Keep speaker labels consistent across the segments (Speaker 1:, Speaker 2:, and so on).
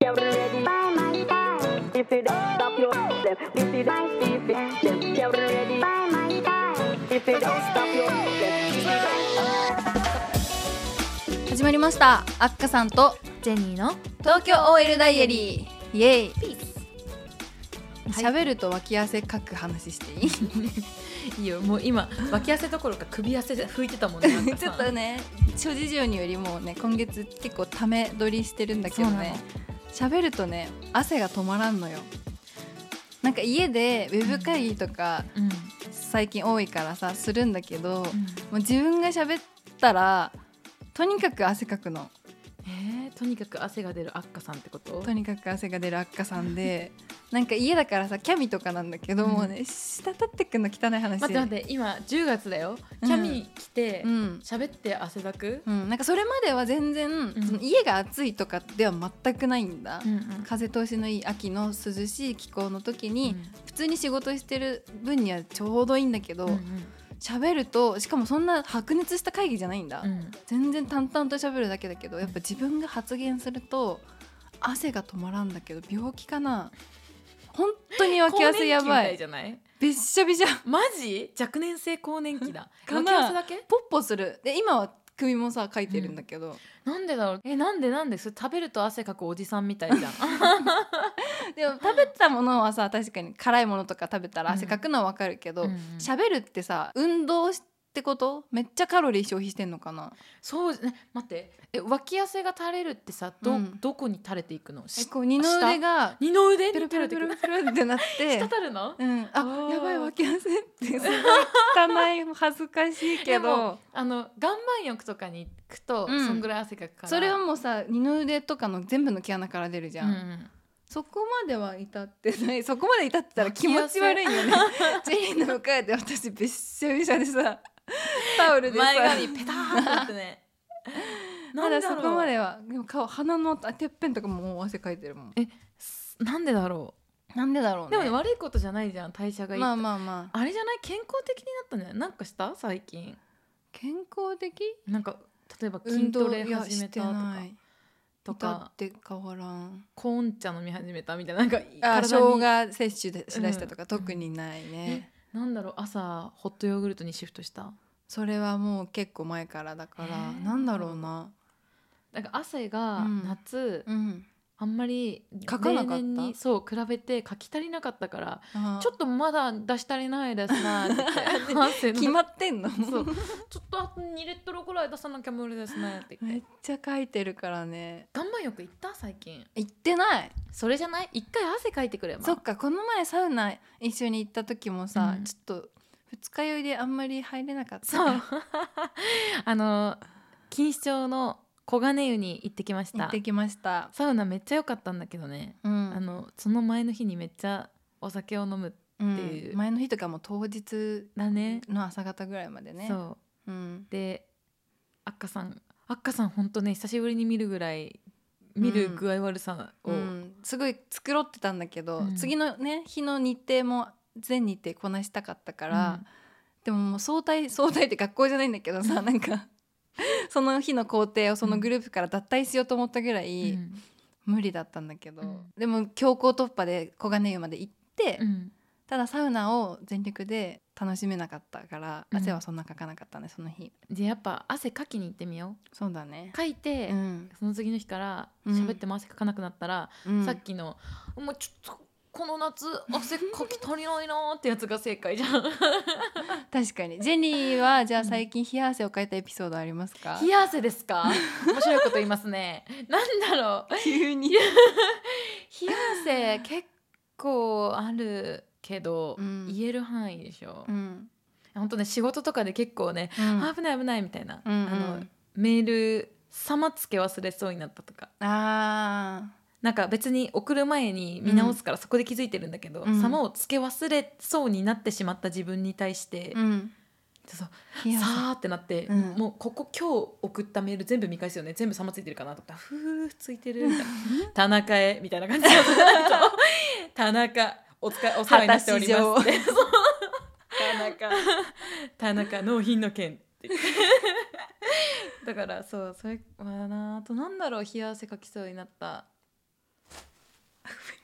Speaker 1: You're ready by my side. If you don't stop yourself, if you don't if you don't, you're ready by my side. If you don't stop yourself, if you don't.
Speaker 2: 始まりましたあっかさんと
Speaker 3: ジェニーの
Speaker 2: 東京 OL ダイアリーイエイ
Speaker 3: ピース
Speaker 2: 喋ると脇汗かく話していいち
Speaker 3: いいよもう今脇汗どころか首汗で拭いてたもん ねなんかさ
Speaker 2: ょっとね諸事情によりもうね今月結構ため撮りしてるんだけどね喋るとね汗が止まらんのよなんか家でウェブ会議とか
Speaker 3: うん、うん
Speaker 2: 最近多いからさするんだけど、もう自分が喋ったらとにかく汗かくの
Speaker 3: えーとにかく汗が出るあっかさんってこと
Speaker 2: とにかく汗が出る悪化さんでなんか家だからさキャミとかなんだけど、
Speaker 3: うん
Speaker 2: もうね滴ってくんの汚い話
Speaker 3: 待って待って今10月だよキャミ来て
Speaker 2: うん、
Speaker 3: 喋、って汗だく、
Speaker 2: うん、なんかそれまでは全然、
Speaker 3: ん
Speaker 2: その家が暑いとかでは全くないんだ、
Speaker 3: うん
Speaker 2: 風通しのいい秋の涼しい気候の時に、普通に仕事してる分にはちょうどいいんだけど
Speaker 3: うんうん
Speaker 2: 喋、るとしかもそんな白熱した会議じゃないんだ、
Speaker 3: うん
Speaker 2: 全然淡々と喋るだけだけどやっぱ自分が発言すると汗が止まらんだけど病気かな本当に脇 汗やば
Speaker 3: 更年期みた
Speaker 2: い
Speaker 3: じゃない
Speaker 2: びっしゃびしゃ
Speaker 3: マジ若年性更年期 だ
Speaker 2: か
Speaker 3: 脇
Speaker 2: な
Speaker 3: 汗だけ
Speaker 2: ポッポするで今は首もさ書いてるんだけど、
Speaker 3: なんでだろうえなんでなんでそれ食べると汗かくおじさんみたいじゃん
Speaker 2: でも食べたものはさ確かに辛いものとか食べたら汗かくのはわかるけど
Speaker 3: うんうん
Speaker 2: 喋、るってさ運動ってことめっちゃカロリー消費してんのかな
Speaker 3: そうね待ってえ脇汗が垂れるってさど,、
Speaker 2: うん
Speaker 3: どこに垂れていくの
Speaker 2: え
Speaker 3: し
Speaker 2: こう二の腕が
Speaker 3: 二の腕に
Speaker 2: ペロペ
Speaker 3: 垂
Speaker 2: ロ
Speaker 3: れて
Speaker 2: ペ
Speaker 3: く
Speaker 2: ロペ
Speaker 3: る
Speaker 2: ロってなって
Speaker 3: 滴るの
Speaker 2: うん、
Speaker 3: あ
Speaker 2: あ
Speaker 3: ー
Speaker 2: やばい脇汗ってすごい汚い恥ずかしいけ
Speaker 3: でも
Speaker 2: ど
Speaker 3: あの岩盤浴とかに行くと、
Speaker 2: うん
Speaker 3: そんぐらい汗かくから
Speaker 2: それはもうさ二の腕とかの全部の毛穴から出るじ
Speaker 3: じ
Speaker 2: ゃん、そこまでは至ってないそこまで至ってたら気持ち悪いよ ねジェリーの向かいで私びっしゃびしゃで さタオルでさ
Speaker 3: 前髪ペターってなって ね
Speaker 2: まだそこま
Speaker 3: で
Speaker 2: ではでも顔鼻のあてっぺんとかもう汗かいてるもん
Speaker 3: なんでだろ
Speaker 2: なんでだろう
Speaker 3: う
Speaker 2: ね
Speaker 3: でもね悪いことじゃないじゃん代謝がいいと
Speaker 2: まあまあまあ
Speaker 3: あれじゃない健康的になったんじゃないなんかした最近
Speaker 2: 健康的
Speaker 3: なんか例えば筋
Speaker 2: 運
Speaker 3: ト
Speaker 2: 動
Speaker 3: レ
Speaker 2: いや
Speaker 3: 始
Speaker 2: し
Speaker 3: め
Speaker 2: て
Speaker 3: たとか
Speaker 2: ない
Speaker 3: と
Speaker 2: 至
Speaker 3: か
Speaker 2: って変わらん
Speaker 3: コーン茶飲み始めたみたいななんか
Speaker 2: あ
Speaker 3: 体に
Speaker 2: 生姜摂取でしだしたとか、特にない
Speaker 3: え
Speaker 2: ね、
Speaker 3: なんだろう朝ホットヨーグルトにシフトした
Speaker 2: それはもう結構前からだから、
Speaker 3: えー
Speaker 2: なんだろうな、
Speaker 3: なんか汗が
Speaker 2: うん
Speaker 3: 夏、
Speaker 2: うん、
Speaker 3: あんまり
Speaker 2: かかなかった
Speaker 3: 例年にそう比べてかき足りなかったからち
Speaker 2: ち
Speaker 3: ょっとまだ出し足りないですなって 言って
Speaker 2: 決まってんの
Speaker 3: そうちょっとあと2リットルぐらい出さなきゃ無理ですねって言
Speaker 2: め
Speaker 3: っ
Speaker 2: ってちゃ書いてるからね
Speaker 3: 岩盤浴行った最近
Speaker 2: 行ってない
Speaker 3: それじゃない一回汗かいてくれば
Speaker 2: そっかこの前サウナ一緒に行った時もさ、
Speaker 3: うん
Speaker 2: ちょっと二日酔いであんまり入れなかった
Speaker 3: そう あの錦糸町の黄金湯に行ってきまし
Speaker 2: 行
Speaker 3: た
Speaker 2: ってきました
Speaker 3: サウナめっちゃ良かったんだけどね、
Speaker 2: うん
Speaker 3: あのその前の日にめっちゃお酒を飲む
Speaker 2: うん
Speaker 3: っていう
Speaker 2: 前の日とかも当日
Speaker 3: だね
Speaker 2: の朝方ぐらいまでね
Speaker 3: そう
Speaker 2: うん、
Speaker 3: であっかさんあっかさんほんとね久しぶりに見るぐらい見る具合悪さを、
Speaker 2: うん、すごい繕ってたんだけど、
Speaker 3: うん
Speaker 2: 次のね日の日程も全日程こなしたかったから、でももう早退早退って学校じゃないんだけどさなんかその日の工程をそのグループから脱退しようと思ったぐら
Speaker 3: う
Speaker 2: い
Speaker 3: ん
Speaker 2: 無理だったんだけど、
Speaker 3: うん
Speaker 2: でも強行突破で黄金湯まで行って、
Speaker 3: うん
Speaker 2: ただサウナを全力で楽しめなかったから
Speaker 3: うん
Speaker 2: 汗はそんなかかなかったねその日
Speaker 3: でやっぱ汗かきに行ってみよ
Speaker 2: そうだね
Speaker 3: うかいて、
Speaker 2: うん、
Speaker 3: その次の日から
Speaker 2: うん
Speaker 3: 喋っても汗かかなくなったら、
Speaker 2: うん
Speaker 3: さっきの「もうちょっとこの夏汗かき足りないな」ってやつが正解じゃん
Speaker 2: 確かにジェニーはじゃあ最近冷や汗をかいたエピソードありますか
Speaker 3: 冷や汗ですか面白いこと言いますねなんだろう
Speaker 2: 急 に、
Speaker 3: 冷や汗結構あるけど、
Speaker 2: うん
Speaker 3: 言える範囲でしょ、
Speaker 2: うん
Speaker 3: 本当ね仕事とかで結構ね、
Speaker 2: うん
Speaker 3: あ危ない危ないみたいな、
Speaker 2: うんうん
Speaker 3: あのメール様つけ忘れそうになったとか
Speaker 2: あ
Speaker 3: なんか別に送る前に見直すからそこで気づいてるんだけど、
Speaker 2: うん
Speaker 3: 様をつけ忘れそうになってしまった自分に対して、
Speaker 2: ーうん
Speaker 3: そう
Speaker 2: 冷や
Speaker 3: さ
Speaker 2: 汗
Speaker 3: ーってなって、
Speaker 2: うん
Speaker 3: もうここ今日送ったメール全部見返すよね全部様ついてるかなとかふーついてるみたいな「田中へ」みたいな感 じで田中おつかお世話になっておりますってそう田中田中納品の件って だからそうそれはなあとなんだろう冷や汗かきそうになった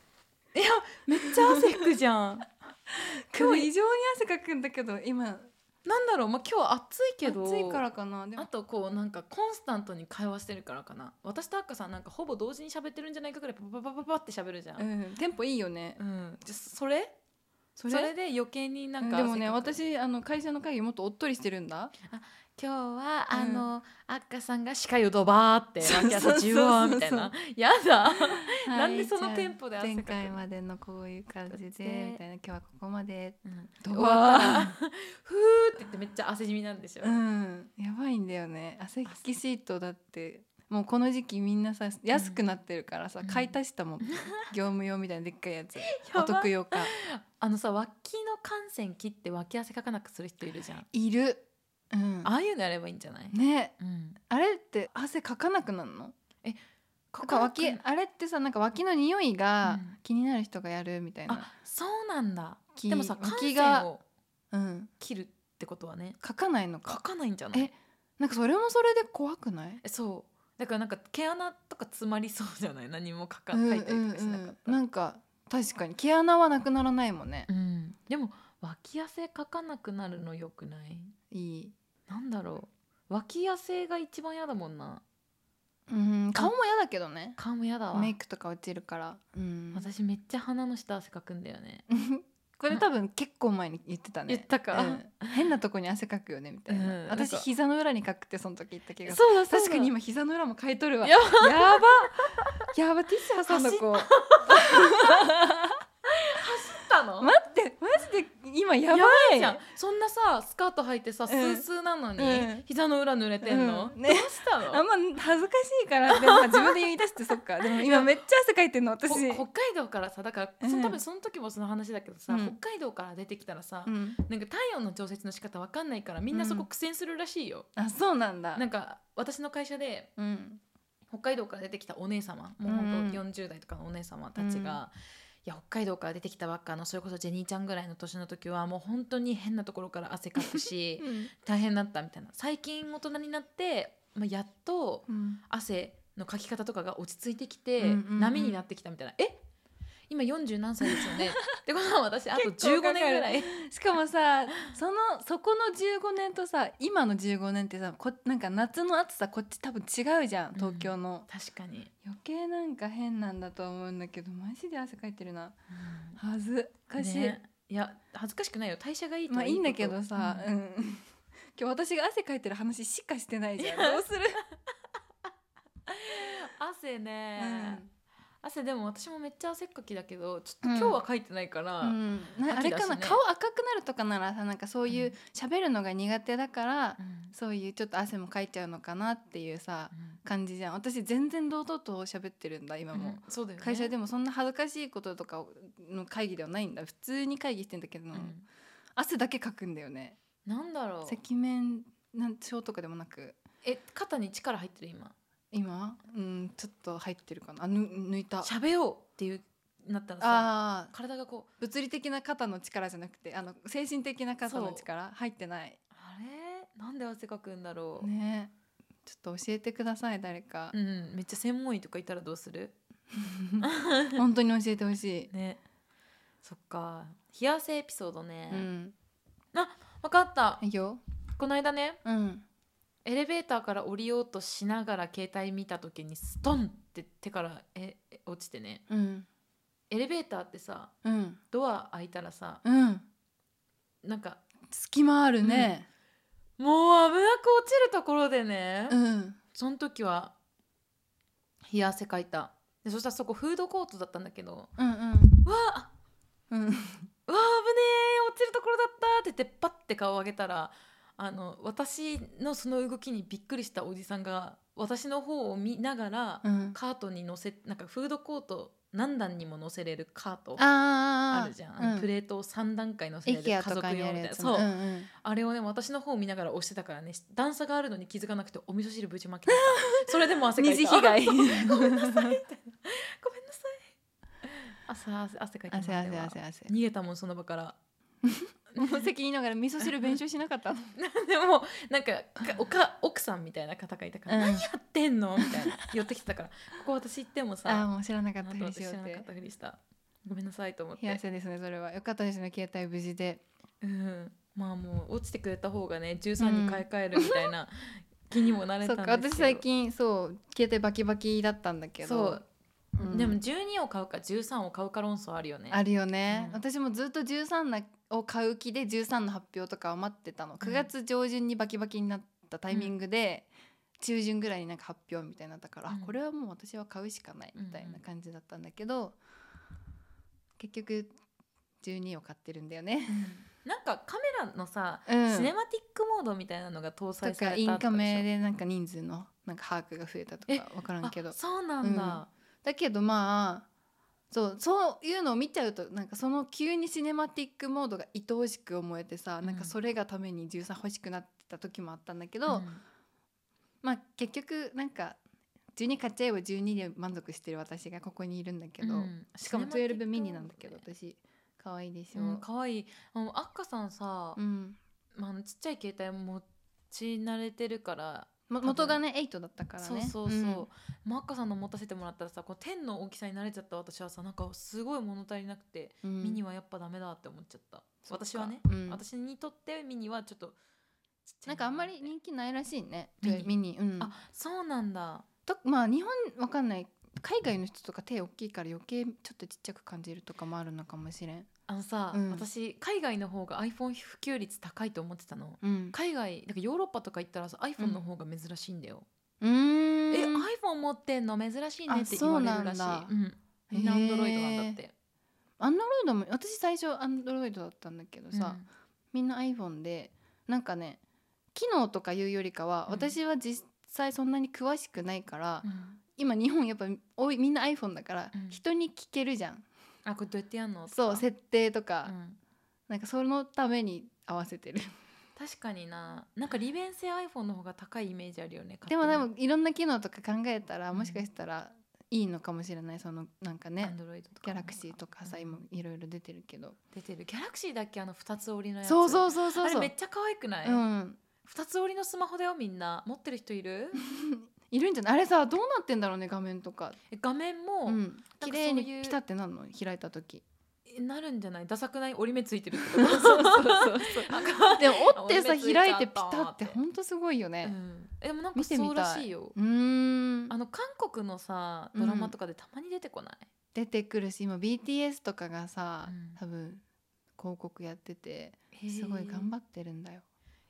Speaker 3: っちゃ汗拭くじゃん
Speaker 2: 今日異常に汗かくんだけど今
Speaker 3: なんだろうまあ今日暑いけど
Speaker 2: 暑いからかなで
Speaker 3: あ
Speaker 2: も
Speaker 3: とこうなんかコンスタントに会話してるからかな私とアッカさんなんかほぼ同時に喋ってるんじゃないかぐらいパパパパパって喋るじゃん、
Speaker 2: うんテンポいいよね
Speaker 3: うんじゃそれ
Speaker 2: そ
Speaker 3: それで余計になんか、
Speaker 2: でもね私あの会社の会議もっとおっとりしてるんだ
Speaker 3: 今日は、
Speaker 2: うん
Speaker 3: あのアッカさんが司会をドバーって
Speaker 2: そう
Speaker 3: 脇汗じゅわーみたいなやだなんでそのテンポで汗かくの
Speaker 2: 前回までのこういう感じでみたいな今日はここまで
Speaker 3: ド
Speaker 2: ド
Speaker 3: バ
Speaker 2: バ
Speaker 3: ー
Speaker 2: ー
Speaker 3: ふーって言ってめっちゃ汗じみなんでしょ、
Speaker 2: うんやばいんだよね汗拭きシートだってもうこの時期みんなさ安くなってるからさ、
Speaker 3: うん
Speaker 2: 買い足したもん業務用みたいなでっ かいやつ
Speaker 3: ば
Speaker 2: お得用か
Speaker 3: あのさ脇の汗腺切って脇汗かかなくする人いるじゃん
Speaker 2: いるうん
Speaker 3: ああいうのやればいいんじゃない、
Speaker 2: ね
Speaker 3: うん、
Speaker 2: あれって汗かかなくなるの
Speaker 3: こ
Speaker 2: なんか脇あれってさなんか脇の匂いが
Speaker 3: うん
Speaker 2: 気になる人がやるみたいな
Speaker 3: あ、そうなんだ
Speaker 2: き
Speaker 3: でもさ汗
Speaker 2: 脇
Speaker 3: 腺
Speaker 2: が
Speaker 3: を
Speaker 2: うん、
Speaker 3: 切るってことはね
Speaker 2: かかないの
Speaker 3: か
Speaker 2: か
Speaker 3: かないんじゃない
Speaker 2: なんかそれもそれで怖くない
Speaker 3: えそうだからなんか毛穴とか詰まりそうじゃない何もかか
Speaker 2: うん
Speaker 3: 書
Speaker 2: う
Speaker 3: い
Speaker 2: ん
Speaker 3: たりとかしなかっ
Speaker 2: う
Speaker 3: た
Speaker 2: ん、
Speaker 3: ら
Speaker 2: なんか確かに毛穴はなくならないもんね
Speaker 3: う、ん、でも脇汗かかなくなるのよくない
Speaker 2: いい、
Speaker 3: なんだろう脇汗が一番嫌だもんな
Speaker 2: うん、顔も嫌だけどね
Speaker 3: 顔も嫌だわ
Speaker 2: メイクとか落ちるから、うん、
Speaker 3: 私めっちゃ鼻の下汗かくんだよね
Speaker 2: これ多分結構前に言ってたね
Speaker 3: 言ったか
Speaker 2: うん変なとこに汗かくよねみたいな、
Speaker 3: うん
Speaker 2: 私
Speaker 3: なんか
Speaker 2: 膝の裏にかくってその時言った気がす
Speaker 3: そうだ
Speaker 2: る確かに
Speaker 3: 今
Speaker 2: 今膝の裏もかいとるわ
Speaker 3: や
Speaker 2: ばやばティッシュ挟んだ子待
Speaker 3: たの
Speaker 2: ってマジで今やばい
Speaker 3: じゃんそんなさスカート履いてさ、スースーなのに、
Speaker 2: うん
Speaker 3: 膝の裏濡れてんの、
Speaker 2: うんね
Speaker 3: どうしたの
Speaker 2: あんま恥ずかしいからでも自分で言い出してそっかでも今めっちゃ汗かいてんの私
Speaker 3: ほ北海道からさだからその多分その時もその話だけどさ、
Speaker 2: うん
Speaker 3: 北海道から出てきたらさ、
Speaker 2: うん、
Speaker 3: なんか体温の調節の仕方わかんないからみんなそこ苦戦するらしいよ、
Speaker 2: あそうなんだ
Speaker 3: なんか私の会社で
Speaker 2: うん
Speaker 3: 北海道から出てきたお姉様もう
Speaker 2: う
Speaker 3: 本
Speaker 2: ん
Speaker 3: 当40代とかのお姉様たちが、いや北海道から出てきたばっかのそれこそジェニーちゃんぐらいの年の時はもう本当に変なところから汗か くし大変だったみたいな最近大人になって、まあ、やっと
Speaker 2: うん
Speaker 3: 汗のかき方とかが落ち着いてきて、
Speaker 2: うんうんうん
Speaker 3: 波になってきたみたいな「え今40何歳ですよ ね」ってことは私あと
Speaker 2: 結構
Speaker 3: 15
Speaker 2: かかる
Speaker 3: 年ぐらい
Speaker 2: しかもさそのそこの15年とさ今の15年ってさこなんか夏の暑さこっち多分違うじゃん東京の、
Speaker 3: 確かに、
Speaker 2: 余計なんか変なんだと思うんだけどマジで汗かいてるな恥ずかしい、
Speaker 3: ねいや恥ずかしくないよ代謝がいいと
Speaker 2: まあ
Speaker 3: はい
Speaker 2: いんだ
Speaker 3: こと
Speaker 2: けどさ、
Speaker 3: うん
Speaker 2: うん 今日私が汗かいてる話しかしてないじゃん
Speaker 3: いや
Speaker 2: どうする、
Speaker 3: 汗ね、汗でも私もめっちゃ汗っかきだけどちょっと
Speaker 2: うん
Speaker 3: 今日は書いてないから、
Speaker 2: うんなあ
Speaker 3: 秋
Speaker 2: れ
Speaker 3: だ
Speaker 2: か
Speaker 3: し
Speaker 2: な、
Speaker 3: ね
Speaker 2: 顔赤くなるとかならさなんかそういう
Speaker 3: うん
Speaker 2: 喋、るのが苦手だから、
Speaker 3: うん
Speaker 2: そういうちょっと汗もかいちゃうのかなっていうさ、感じじゃん私全然堂々と喋ってるんだ今
Speaker 3: うん
Speaker 2: も、
Speaker 3: そうだよね
Speaker 2: 会社でもそんな恥ずかしいこととかの会議ではないんだ普通に会議してんだけど、
Speaker 3: うん
Speaker 2: 汗だけかくんだよね
Speaker 3: なんだろう
Speaker 2: 赤面なん症とかでもなく
Speaker 3: え肩に力入ってる今
Speaker 2: 今うんちょっと入ってるかなあぬ抜いた
Speaker 3: 喋ろうっていうなったらさ
Speaker 2: あー
Speaker 3: 体がこう
Speaker 2: 物理的な肩の力じゃなくてあの精神的な肩の力入ってない
Speaker 3: あれなんで汗かくんだろう、
Speaker 2: ねちょっと教えてください誰か
Speaker 3: う、んめっちゃ専門医とかいたらどうする
Speaker 2: 本当に教えてほしい、
Speaker 3: ねそっか冷や汗エピソードね、
Speaker 2: う
Speaker 3: わ
Speaker 2: ん
Speaker 3: かった
Speaker 2: いいよ
Speaker 3: この間ね
Speaker 2: うん
Speaker 3: エレベーターから降りようとしながら携帯見た時にストンって手からええ落ちてね
Speaker 2: うん
Speaker 3: エレベーターってさ
Speaker 2: うん
Speaker 3: ドア開いたらさ
Speaker 2: うん
Speaker 3: なんか
Speaker 2: 隙間あるね、
Speaker 3: もう危なく落ちるところでね、
Speaker 2: うん、
Speaker 3: その時は冷や汗かいたでそしたらそこフードコートだったんだけどわ
Speaker 2: うん
Speaker 3: あ
Speaker 2: うんうん
Speaker 3: わあ危ねえ落ちるところだったって言ってパッて顔を上げたらあの私のその動きにびっくりしたおじさんが私の方を見ながら、
Speaker 2: うん
Speaker 3: カートに乗せなんかフードコート何段にも乗せれるカート
Speaker 2: あ
Speaker 3: あるじゃんあのプレートを3段階乗せれる家族用みたいなそ
Speaker 2: う
Speaker 3: う、
Speaker 2: ん
Speaker 3: あれをね私の方を見ながら押してたからね段差があるのに気づかなくてお味噌汁ぶち まけてたそれでも汗かいた
Speaker 2: 二次被害
Speaker 3: ごめんなさいごめんなさい汗汗汗かい て
Speaker 2: 汗汗汗汗
Speaker 3: 逃げたもんその場から
Speaker 2: もう責任ながら味噌汁弁償しなかった
Speaker 3: でもなんかかおか奥さんみたいな方がいたから、
Speaker 2: うん
Speaker 3: 何やってんのみたいな寄ってきてたからここ私行っても
Speaker 2: ああ
Speaker 3: さ
Speaker 2: もう知らなかった
Speaker 3: なん
Speaker 2: ふ
Speaker 3: と
Speaker 2: りし
Speaker 3: 私
Speaker 2: よ
Speaker 3: 知
Speaker 2: う
Speaker 3: ら
Speaker 2: っ
Speaker 3: なかってたふりしたごめんなさいと思っ
Speaker 2: 冷や
Speaker 3: て、
Speaker 2: 汗ですねそれはよかったですね携帯無事で
Speaker 3: うん、まあもう落ちてくれた方がね13に買い替えるみたいな 気にもなれた
Speaker 2: そ
Speaker 3: ん
Speaker 2: っ
Speaker 3: です
Speaker 2: か
Speaker 3: けど
Speaker 2: 私最近そう携帯バキバキだったんだけど
Speaker 3: そう、
Speaker 2: うん
Speaker 3: でも12を買うか13を買うか論争あるよね
Speaker 2: あるよね、
Speaker 3: うん
Speaker 2: 私もずっと13なを買う気で13の発表とかを待ってたの9月上旬にバキバキになったタイミングで、中旬ぐらいになんか発表みたいになったから、あ
Speaker 3: うん
Speaker 2: これはもう私は買うしかないみたいな感じだったんだけど、結局12を買ってるんだよね。
Speaker 3: なんかカメラのさ、
Speaker 2: うん
Speaker 3: シネマティックモードみたいなのが
Speaker 2: と
Speaker 3: 搭載された
Speaker 2: かインカメでなんか人数のなんか把握が増えたとか分からんけど
Speaker 3: あそうなんだ、
Speaker 2: だけどまあそうそういうのを見ちゃうとなんかその急にシネマティックモードが愛おしく思えてさ、
Speaker 3: うん
Speaker 2: なんかそれがために13欲しくなってた時もあったんだけ
Speaker 3: うん
Speaker 2: ど、まあ結局なんか12買っちゃえば12で満足してる私がここにいるんだけど、
Speaker 3: うん
Speaker 2: しかも
Speaker 3: シネマティック
Speaker 2: 12ミニなんだけど私可愛いでしょ。う
Speaker 3: うんん、かわいいあのあっかさんさ、まあ、ちっちゃい携帯持ち慣れてるから
Speaker 2: も
Speaker 3: 分
Speaker 2: 元がね8だったからね
Speaker 3: そうそうそう、
Speaker 2: ん
Speaker 3: マッカさんの持たせてもらったらさこう天の大きさに慣れちゃった私はさなんかすごい物足りなくて、
Speaker 2: うん
Speaker 3: ミニはやっぱダメだって思っちゃった
Speaker 2: そっか
Speaker 3: 私はね、
Speaker 2: うん
Speaker 3: 私にとってミニはちょっとちっちゃ
Speaker 2: ないんかあんまり人気ないらしいね
Speaker 3: ミニ
Speaker 2: ミニ、うん、
Speaker 3: あそうなんだ
Speaker 2: とまあ日本わかんない海外の人とか手大きいから余計ちょっとちっちゃく感じるとかもあるのかもしれん。
Speaker 3: あのさ、
Speaker 2: うん
Speaker 3: 私海外の方が iPhone 普及率高いと思ってたの
Speaker 2: うん。
Speaker 3: 海外だからヨーロッパとか行ったらさ iPhone の方が珍しいんだよ、
Speaker 2: うーん。
Speaker 3: え iPhone 持ってんの珍しいねって言われるらしい
Speaker 2: あそうなんだ
Speaker 3: うんみんな
Speaker 2: へ
Speaker 3: ア
Speaker 2: ー
Speaker 3: ンドロイドなんだって
Speaker 2: アンドロイドも私最初アンドロイドだったんだけどさ、
Speaker 3: うん
Speaker 2: みんな iPhone でなんかね機能とかいうよりかは
Speaker 3: うん
Speaker 2: 私は実際そんなに詳しくないから、
Speaker 3: うん
Speaker 2: 今日本やっぱ多いみんな iPhone だから
Speaker 3: うん
Speaker 2: 人に聞けるじゃん、
Speaker 3: あこれどうやってやんのとか
Speaker 2: そう設定とか、
Speaker 3: うん
Speaker 2: なんかそのために合わせてる
Speaker 3: 確かにななんか利便性 iPhone の方が高いイメージあるよね
Speaker 2: でも多
Speaker 3: 勝
Speaker 2: 分いろんな機能とか考えたらもしかしたらいいのかもしれないそのなんか
Speaker 3: 手に
Speaker 2: ね
Speaker 3: Android とか
Speaker 2: ギャラクシーとかさ、
Speaker 3: うん
Speaker 2: 今いろいろ出てるけど
Speaker 3: 出てるギャラクシーだっけあの二つ折りのやつ
Speaker 2: そう
Speaker 3: う
Speaker 2: そうそうそう
Speaker 3: あれ
Speaker 2: そう
Speaker 3: めっちゃ可愛くない、
Speaker 2: うん
Speaker 3: 二つ折りのスマホだよみんな持ってる人い る
Speaker 2: いるんじゃないあれさどうなってんだろうね画面とか
Speaker 3: え画面も、
Speaker 2: うん
Speaker 3: そういう
Speaker 2: 綺麗にピタってなるの開いた時
Speaker 3: えなるんじゃないダサくない折り目ついてるってこと なんか
Speaker 2: でも折ってさ
Speaker 3: 俺目ついちゃった
Speaker 2: 開いてピタってほんとすごいよ
Speaker 3: う
Speaker 2: ね
Speaker 3: んえでもなんか
Speaker 2: 見てみたい
Speaker 3: そうらしいよ
Speaker 2: うーん
Speaker 3: あの韓国のさドラマとかでたまに出てこない、
Speaker 2: 出てくるし今 BTS とかがさ
Speaker 3: うん
Speaker 2: 多分広告やっててすごい頑張
Speaker 3: っ
Speaker 2: ってるんだよ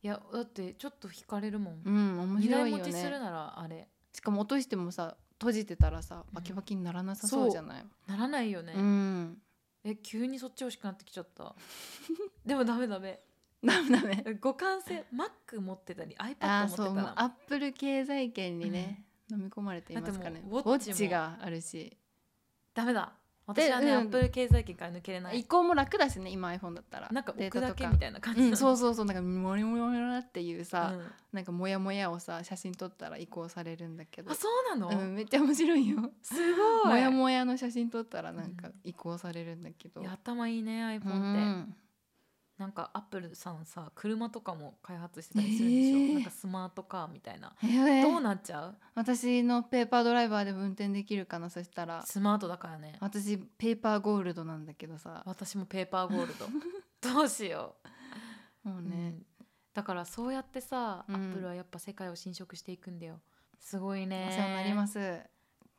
Speaker 3: いやだってちょっと惹かれるもん、
Speaker 2: うん面
Speaker 3: 二
Speaker 2: 白
Speaker 3: 台
Speaker 2: いよ
Speaker 3: 持ちす
Speaker 2: ね
Speaker 3: るならあれ
Speaker 2: しかも落としてもさ閉じてたらさ
Speaker 3: ん
Speaker 2: バキバキにならなさそうじゃない、
Speaker 3: ならないよね、
Speaker 2: うん、
Speaker 3: え急にそっち欲しくなってきちゃった でもダメダメ
Speaker 2: ダメだね
Speaker 3: 互換性 Mac 持ってたり iPad 持
Speaker 2: あ
Speaker 3: っ
Speaker 2: ー
Speaker 3: て
Speaker 2: そ
Speaker 3: た
Speaker 2: う
Speaker 3: ら
Speaker 2: もうアップル経済圏にね、飲み込まれていますからね
Speaker 3: だって
Speaker 2: ウ
Speaker 3: も
Speaker 2: ォ
Speaker 3: うウォッチも
Speaker 2: ッチがあるし
Speaker 3: ダメだ私はね、
Speaker 2: でうん
Speaker 3: Apple 経済圏から抜けれな
Speaker 2: 移
Speaker 3: い
Speaker 2: 行も楽だしね今 iPhone だったら
Speaker 3: なんか置
Speaker 2: デー
Speaker 3: く
Speaker 2: タ
Speaker 3: だ
Speaker 2: と
Speaker 3: け
Speaker 2: か
Speaker 3: みたいな感じ
Speaker 2: うん、そううそうそうなんかモリモリモリモリっていう
Speaker 3: だ、
Speaker 2: さ、
Speaker 3: うん
Speaker 2: なんかモヤモヤをさ写真撮ったら移行されるんだけど
Speaker 3: あそうなの、
Speaker 2: うん、めっちゃ面白いよ
Speaker 3: すごい
Speaker 2: モヤモヤの写真撮ったらなんか
Speaker 3: うん
Speaker 2: 移行されるんだけど、
Speaker 3: いや頭いいね iPhone って、
Speaker 2: うん
Speaker 3: なんか Apple さんさ車とかも開発してたりするんでしょ、
Speaker 2: えー
Speaker 3: なんかスマートカーみたいな、
Speaker 2: えー
Speaker 3: どうなっちゃう
Speaker 2: 私のペーパードライバーでも運転できるかなそしたら
Speaker 3: スマートだからね
Speaker 2: 私ペーパーゴールドなんだけどさ
Speaker 3: 私もペーパーゴール ドどうしよ
Speaker 2: もう
Speaker 3: う、
Speaker 2: ね、
Speaker 3: うんだからそうやってさ、
Speaker 2: うん
Speaker 3: Apple はやっぱ世界を侵食していくんだよすごいね
Speaker 2: お世話になりますす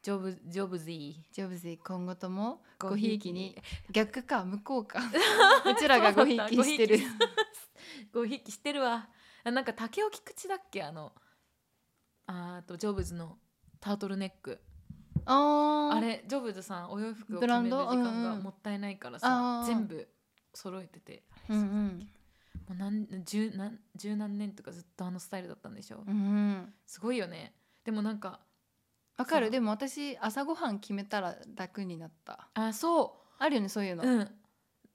Speaker 3: ジョブジョブズイ
Speaker 2: ジョブズ今後とも
Speaker 3: ご
Speaker 2: ご
Speaker 3: ひ
Speaker 2: ひ
Speaker 3: い
Speaker 2: い
Speaker 3: き
Speaker 2: き
Speaker 3: に
Speaker 2: に逆か向こう かうちらがごひいきしてる
Speaker 3: そうだごひいきしてるわあなんか竹尾菊池だっけあのあーとジョブズのタートルネック
Speaker 2: あー
Speaker 3: あれジョブズさんお洋服
Speaker 2: ブ
Speaker 3: を決
Speaker 2: ラ
Speaker 3: め
Speaker 2: ン
Speaker 3: る時
Speaker 2: ド
Speaker 3: 間
Speaker 2: う
Speaker 3: が
Speaker 2: んうん
Speaker 3: もったいないからさ、
Speaker 2: あー
Speaker 3: 全部揃えてて
Speaker 2: うんうん
Speaker 3: もう何十何十何年とかずっとあのスタイルだったんでしょ、
Speaker 2: うんうん
Speaker 3: すごいよねでもなんか
Speaker 2: わか
Speaker 3: そう
Speaker 2: るでも私朝ごはん決めたら楽になった
Speaker 3: あそ
Speaker 2: あるよねそういうの、
Speaker 3: ううん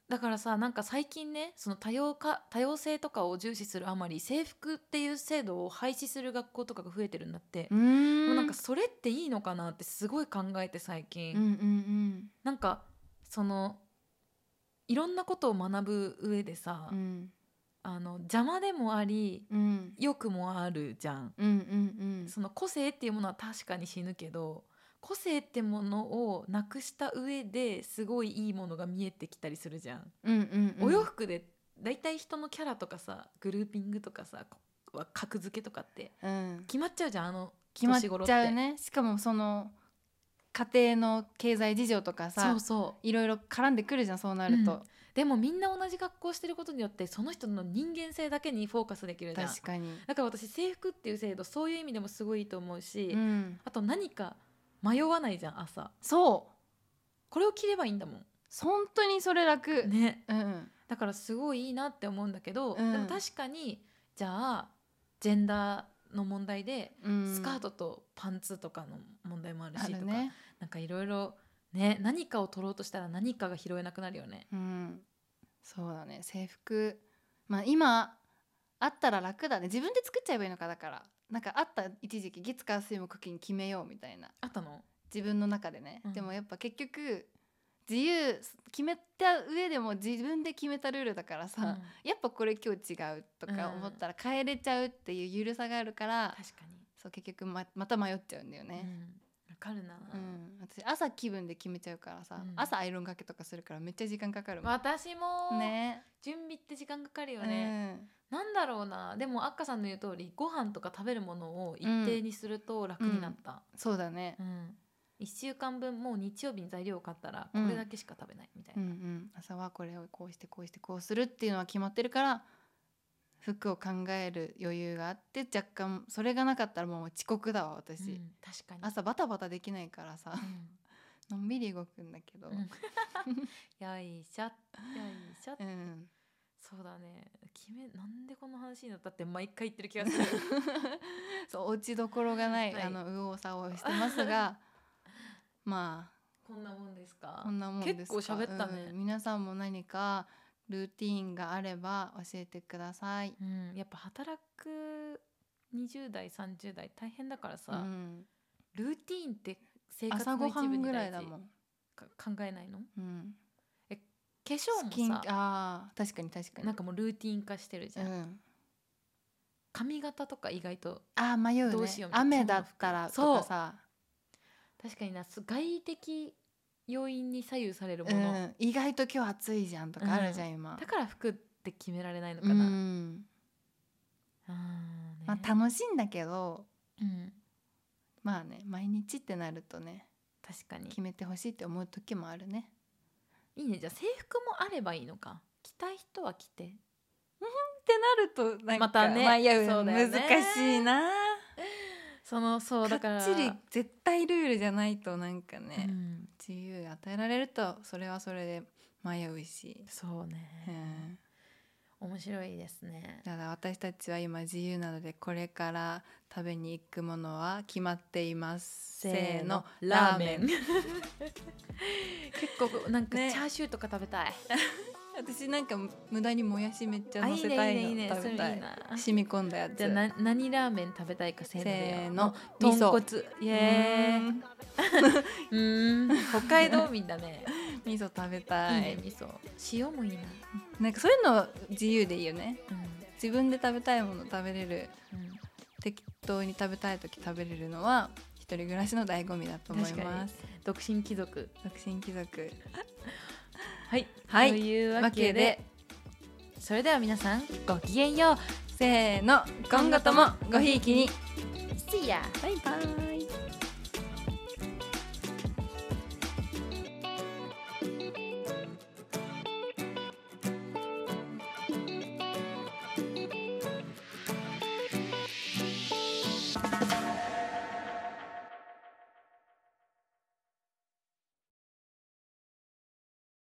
Speaker 3: だからさなんか最近ねその多様化多様性とかを重視するあまり制服っていう制度を廃止する学校とかが増えてるんだって、
Speaker 2: うーん
Speaker 3: もうなんかそれっていいのかなってすごい考えて最近、
Speaker 2: うんうんうん
Speaker 3: なんかそのいろんなことを学ぶ上でさ、
Speaker 2: うん
Speaker 3: あの邪魔でもあり
Speaker 2: うん
Speaker 3: 良くもあるじゃん、
Speaker 2: うんうんうん
Speaker 3: その個性っていうものは確かに死ぬけど個性ってものをなくした上ですごいいいものが見えてきたりするじゃん。
Speaker 2: うんうんうん、
Speaker 3: お洋服で大体人のキャラとかさグルーピングとかさこは格付けとかって
Speaker 2: うん、
Speaker 3: 決まっちゃうじゃんあの
Speaker 2: 決まっ
Speaker 3: 年頃
Speaker 2: ちゃうねしかもその家庭の経済事情とか
Speaker 3: そ
Speaker 2: さ
Speaker 3: うそう
Speaker 2: いろいろ絡んでくるじゃんそうなると、
Speaker 3: でもみんな同じ格好をしてることによってその人の人間性だけにフォーカスできるじゃん
Speaker 2: 確かに、
Speaker 3: だから私制服っていう制度そういう意味でもすごいいいと思うし、
Speaker 2: うん、
Speaker 3: あと何か迷わないじゃん朝
Speaker 2: そう
Speaker 3: これを着ればいいんだもん
Speaker 2: 本当にそれ楽、
Speaker 3: ね
Speaker 2: うん
Speaker 3: だからすごいいいなって思うんだけ
Speaker 2: う
Speaker 3: ど、
Speaker 2: ん
Speaker 3: でも確かにじゃあジェンダーの問題で
Speaker 2: うん、
Speaker 3: スカートとパンツとかの問題もある
Speaker 2: あ
Speaker 3: しとか、
Speaker 2: るね、
Speaker 3: なんかいろいろね何かを取ろうとしたら何かが拾えなくなるよね
Speaker 2: うん、そうだね制服まあ今あったら楽だね自分で作っちゃえばいいのかだからなんかあった一時期月火水木金決めようみたいな
Speaker 3: あったの
Speaker 2: 自分の中でね、
Speaker 3: うん
Speaker 2: でもやっぱ結局自由決めた上でも自分で決めたルールだからさ、
Speaker 3: うん
Speaker 2: やっぱこれ今日違うとか思ったら変えれちゃうっていうゆるさがあるから、
Speaker 3: 確かに
Speaker 2: そう結局ままた迷っちゃうんだよ
Speaker 3: わ、
Speaker 2: ね、
Speaker 3: かるな、
Speaker 2: うん私朝気分で決めちゃうからさ、
Speaker 3: うん
Speaker 2: 朝アイロンかけとかするからめっちゃ時間かかるもん
Speaker 3: 私も、
Speaker 2: ね
Speaker 3: 準備って時間かかるよ
Speaker 2: う
Speaker 3: ね、
Speaker 2: ん
Speaker 3: なんだろうなでもあっかさんの言う通りご飯とか食べるものを一定にすると楽になった、
Speaker 2: そうだね
Speaker 3: うん1週間分もう日曜日に材料を買ったらこ
Speaker 2: うん
Speaker 3: れだけしか食べないみたい
Speaker 2: うん
Speaker 3: な、
Speaker 2: うん朝はこれをこうしてこうしてこうするっていうのは決まってるから服を考える余裕があって若干それがなかったらもう遅刻だわ私、
Speaker 3: うん確かに、
Speaker 2: 朝バタバタできないからさ のんびり動くんだけど
Speaker 3: うんよいしょよいしょ、
Speaker 2: うん、
Speaker 3: そうだね決めなんでこの話になったって毎回言ってる気が する
Speaker 2: そう落ちどころがない、
Speaker 3: はい
Speaker 2: あの右往左往してますが ま
Speaker 3: こんなもんです
Speaker 2: あ
Speaker 3: か
Speaker 2: こんなもんですか
Speaker 3: 結構喋ったね
Speaker 2: うん皆さんも何かルーティーンがあれば教えてください、
Speaker 3: うん、やっぱ働く20代30代大変だからさ、
Speaker 2: うん、
Speaker 3: ルーティーンって生活
Speaker 2: 朝
Speaker 3: の
Speaker 2: ご
Speaker 3: 一
Speaker 2: は
Speaker 3: 部
Speaker 2: ん
Speaker 3: に
Speaker 2: ぐら
Speaker 3: 大
Speaker 2: いだ
Speaker 3: 事
Speaker 2: もん、
Speaker 3: か考えないの化
Speaker 2: うん、
Speaker 3: 粧
Speaker 2: スキン
Speaker 3: もさ
Speaker 2: あー確かに確かに
Speaker 3: なんかもうルーティーン化してるじ
Speaker 2: う
Speaker 3: ゃん、
Speaker 2: ん、
Speaker 3: 髪型とか意外と
Speaker 2: あー迷うね
Speaker 3: どうしようみたいな
Speaker 2: 雨だったらとかさ
Speaker 3: 確かになす外的要因に左右される
Speaker 2: う、
Speaker 3: もの、
Speaker 2: ん、意外と今日暑いじゃんとかあるじゃん、今
Speaker 3: だから服って決められないのか
Speaker 2: う
Speaker 3: な、
Speaker 2: ん、
Speaker 3: あーね
Speaker 2: まあ楽しいんだけど
Speaker 3: うん、
Speaker 2: まあね毎日ってなるとね
Speaker 3: 確かに
Speaker 2: 決めてほしいって思う時もあるね
Speaker 3: いいねじゃあ制服もあればいいのか着たい人は着て
Speaker 2: ってなるとなん
Speaker 3: またね
Speaker 2: 迷う
Speaker 3: そうだよね
Speaker 2: 難しいな
Speaker 3: そのそうだから
Speaker 2: かっちり絶対ルールじゃないとなんかね、
Speaker 3: うん、
Speaker 2: 自由が与えられるとそれはそれで迷うし、
Speaker 3: そうね、
Speaker 2: うん、
Speaker 3: 面白いですね。
Speaker 2: ただ私たちは今自由なのでこれから食べに行くものは決まっていますせーのラーメン
Speaker 3: 結構なんか
Speaker 2: ね
Speaker 3: チャーシューとか食べたい。
Speaker 2: 私なんか無駄にもやしめっちゃ
Speaker 3: あ
Speaker 2: 乗せたいの
Speaker 3: そ
Speaker 2: 食
Speaker 3: れい
Speaker 2: べ
Speaker 3: い
Speaker 2: たい
Speaker 3: な。
Speaker 2: 染み込んだやつ
Speaker 3: じゃあな何ラーメン食べたいかせ
Speaker 2: せー
Speaker 3: ー
Speaker 2: の
Speaker 3: の。
Speaker 2: 味
Speaker 3: 豚
Speaker 2: 噌
Speaker 3: 骨イエーイ。うーん北海道民だ ね。
Speaker 2: 味噌食べ
Speaker 3: い
Speaker 2: た
Speaker 3: い
Speaker 2: い
Speaker 3: ね味噌。塩もいいな。
Speaker 2: なんかそういうの自由でいいよね
Speaker 3: う
Speaker 2: 自分で食べたいもの食べれる
Speaker 3: んうん
Speaker 2: 適当に食べたい時食べれるのは一人暮らしの醍醐味だと思います
Speaker 3: 独身貴族。
Speaker 2: 独身貴族
Speaker 3: はい
Speaker 2: はい
Speaker 3: というわ
Speaker 2: わ
Speaker 3: け
Speaker 2: け
Speaker 3: で
Speaker 2: で
Speaker 3: それでは皆さんごきげんよう。
Speaker 2: せーの今後ともごひいきに
Speaker 3: バイバイ。